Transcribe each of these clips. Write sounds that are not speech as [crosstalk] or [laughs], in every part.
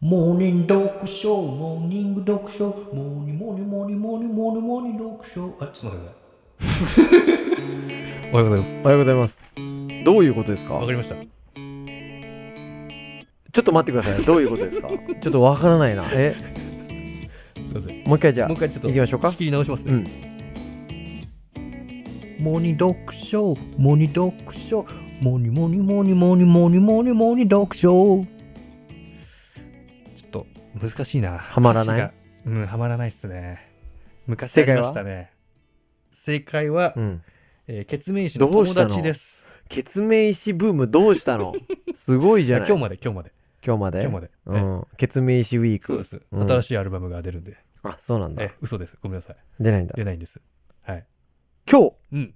モーニング読書、モーニング読書、モーニングモーニングモーニングモーニングモーニングモーニング読書。あ、ちょっと待ってくださ [laughs] い。おはようございます。おはようございます。どういうことですかわかりました。ちょっと待ってください。どういうことですか [laughs] ちょっとわからないな。え、すいません。ももう一回じゃあう一、回ちょっと行きましょうか仕切り直しますうね。ん。モーニング読書、モーニング読書、モーニングモーニングモーニングモーニングモーニングモーニングモーニング読書。ちょっと難しいな。はまらないうん、はまらないっすね。昔正解ありはましたね。正解は、うん。えー、決名詞のどう友したの達です。決明石ブームどうしたの [laughs] すごいじゃいなやい今日まで、今日まで。今日まで今日まで。うえん。決明石ウィーそうでク。す、うん新しいアルバムが出るんで。あ、そうなんだえ。、嘘です。ごめんなさい。出ないんだ。出ないんです。はい。今うん。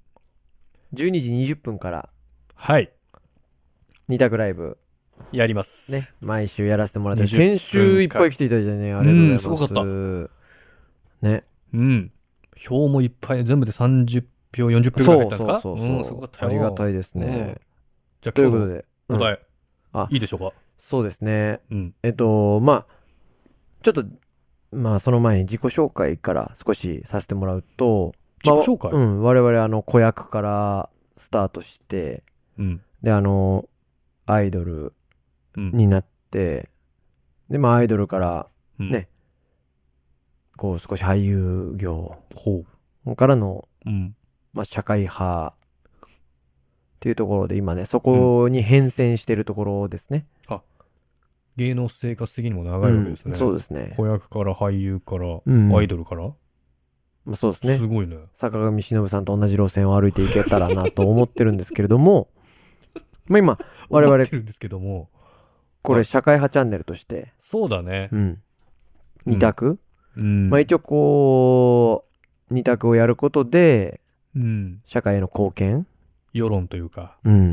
日、12時20分から、はい。二択ライブ、やります。ね。、毎週やらせてもらって、 20分先週いっぱい来ていただいてね、ありがとうございます。うすごかった。ね。うん。票もいっぱい、全部で30票、40票ぐらい入っそうたんそですうかそううん、すごかそっう。たあよ。りがたいですね。じゃあという今日ことので、うおん題、あいいでしょうかそうですね。うん。えっと、まあ、ちょっと、まあ、その前に自己紹介から少しさせてもらうと、まあ自己紹介うん、我々、あの、子役からスタートして、うん。で、あの、アイドルうん。になって、で、まあ、アイドルから、うんね。こう、少し俳優業ほからの、う。うん。まあ、社会派、っていうところで、今ね、そこに変遷してるところですね。芸能生活的にもう長いわけんですね。そうでですね。子役から俳優から、うんアイドルから、まあそうですねす。ごいね。坂上忍さんと同じ路線を歩いていけたらなと思ってるんですけれど [laughs] も、まあ今、我思々っ、てるんですけども、これ社会派チャンネルとして、そうだねう。ん。二択、うん。まあ一応こう、二択をやることで、うん。社会への貢献世論というか、う。うん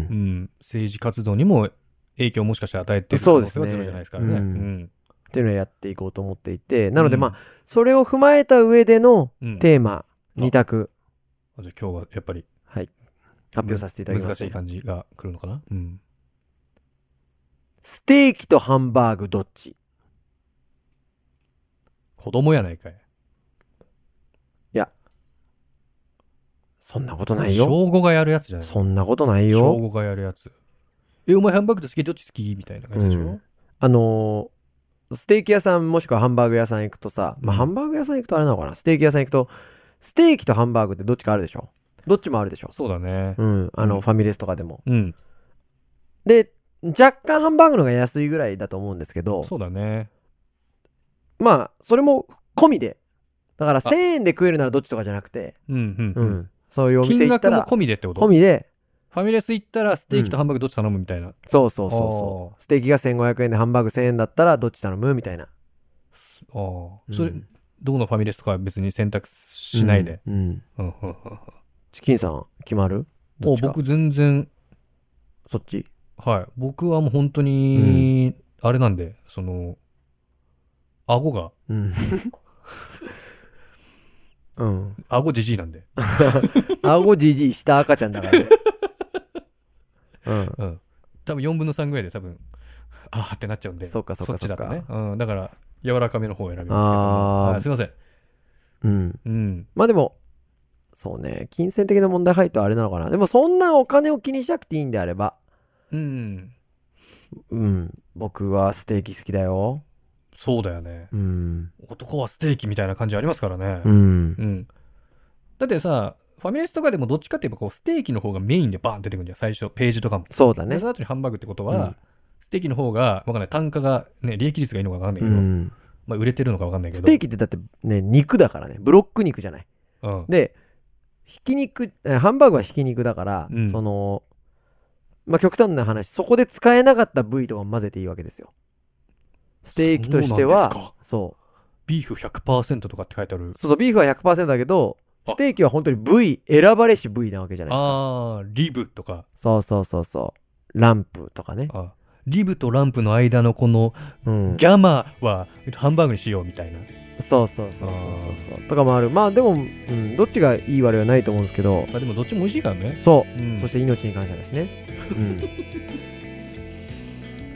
ん。政治活動にも影響をもしかしたら与えてる可能性がゼロじゃないですからね。うそうですねん。っていうのをやっていこうと思っていて、なのでうんまあ、それを踏まえた上でのうん。テーマ、うん二択、あじゃあ今日はやっぱりはい。発表させていただきま難すしい。感じが来るのかなうん。ステーキとハンバーグどっち子供やないかい。そんなことないよ。小五がやるやつじゃないそんなことない小よ。五がやるやつ。え、お前ハンバーグと好きどっち好きみたいな感じでしょ、うんあのーステーキ屋さんもしくはハンバーグ屋さん行くとさ、まうあ、んハンバーグ屋さん行くとあれなのかなステーキ屋さん行くと、ステーキとハンバーグってどっちかあるでしょどっちもあるでしょそうだね。うん。あうんの、ファミレスとかでも。うん。で、若干ハンバーグの方が安いぐらいだと思うんですけど、そうだね。まあ、それも込みで。だから1000円で食えるならどっちとかじゃなくて、うんう。うんん。そういうお店金行っ額たもら、込みでってこと込みで、ファミレス行ったらステーキとハンバーグどっち頼むみたいな。そうそうそうそあう。ステーキが1500円でハンバーグ1000円だったらどっち頼むみたいな。ああ。それうん、どのファミレスとかは別に選択しないで。。うん。うんうんうんうんチキンさん、決まるどおっちか僕全然、そっちはい。僕はもう本当に、あれなんで、その、顎が、うん。うん。 [laughs] 顎じじいなんで。顎じじいした赤ちゃんだからね。うん。うん。多分4分の3ぐらいで多分、あーってなっちゃうんで。そっかそっかっちだとそねっ。うん。だから、柔らかめの方を選びますけどあも。ーはいすいません。うん。うん。まあでも、そうね、金銭的な問題入るとあれなのかな。でもそんなお金を気にしなくていいんであれば、うん。うん。僕はステーキ好きだよ。そうだよね。うん。男はステーキみたいな感じありますからね。うん。うん。だってさ、ファミレスとかでもどっちかって言えばこう、ステーキの方がメインでバーン出てくるんじゃん。最初、ページとかも。そうだで、ねそ。の後にハンバーグってことうんは、ステーキの方が、わかんない。単価が、ね、利益率がいいのかわかんないけうど、ん。まあ、売れてるのかわかんないけど。ステーキキってだってね、肉だからね。ブロック肉じゃない。うん。で、ひき肉、えハンバーグはひき肉だから、うんその、まあ、極端な話、そこで使えなかった部位とかも混ぜていいわけですよ。ステーキとしてはそうなんですか、そうビーフ100%とかって書いてあるそう。そうビーフは100%だけど、あステーキは本当に部位、選ばれし部位なわけじゃないですか。ああ、リブとか。そうそうそうそう。ランプとかね。あリブとランプの間のこのうん。ギャマはハンバーグにしようみたいな。そうそうそうそうそうそう。とかもある。まあでも、うん、どっちがいい悪いはないと思うんですけど、まあでもどっちも美味しいからね。そうう。んそして命に感謝だしね。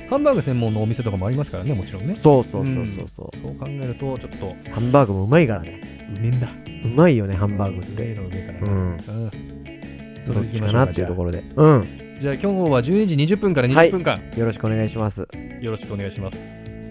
うん。ハンバーグ専門のお店とかもありますからね、もちろ [laughs] んね。そうそうそうそうそう、そう考えると、ちょっと、ハンバーグもうまいからねうめえんだ。うまいよねハンバーグっうめえてのうめえからうね。んうん。そどれっできちかましょなうっていうとかころでうんじゃあ、じゃあ今日は12時20分からはい20分間、よろしくお願いしますよろしくお願いします。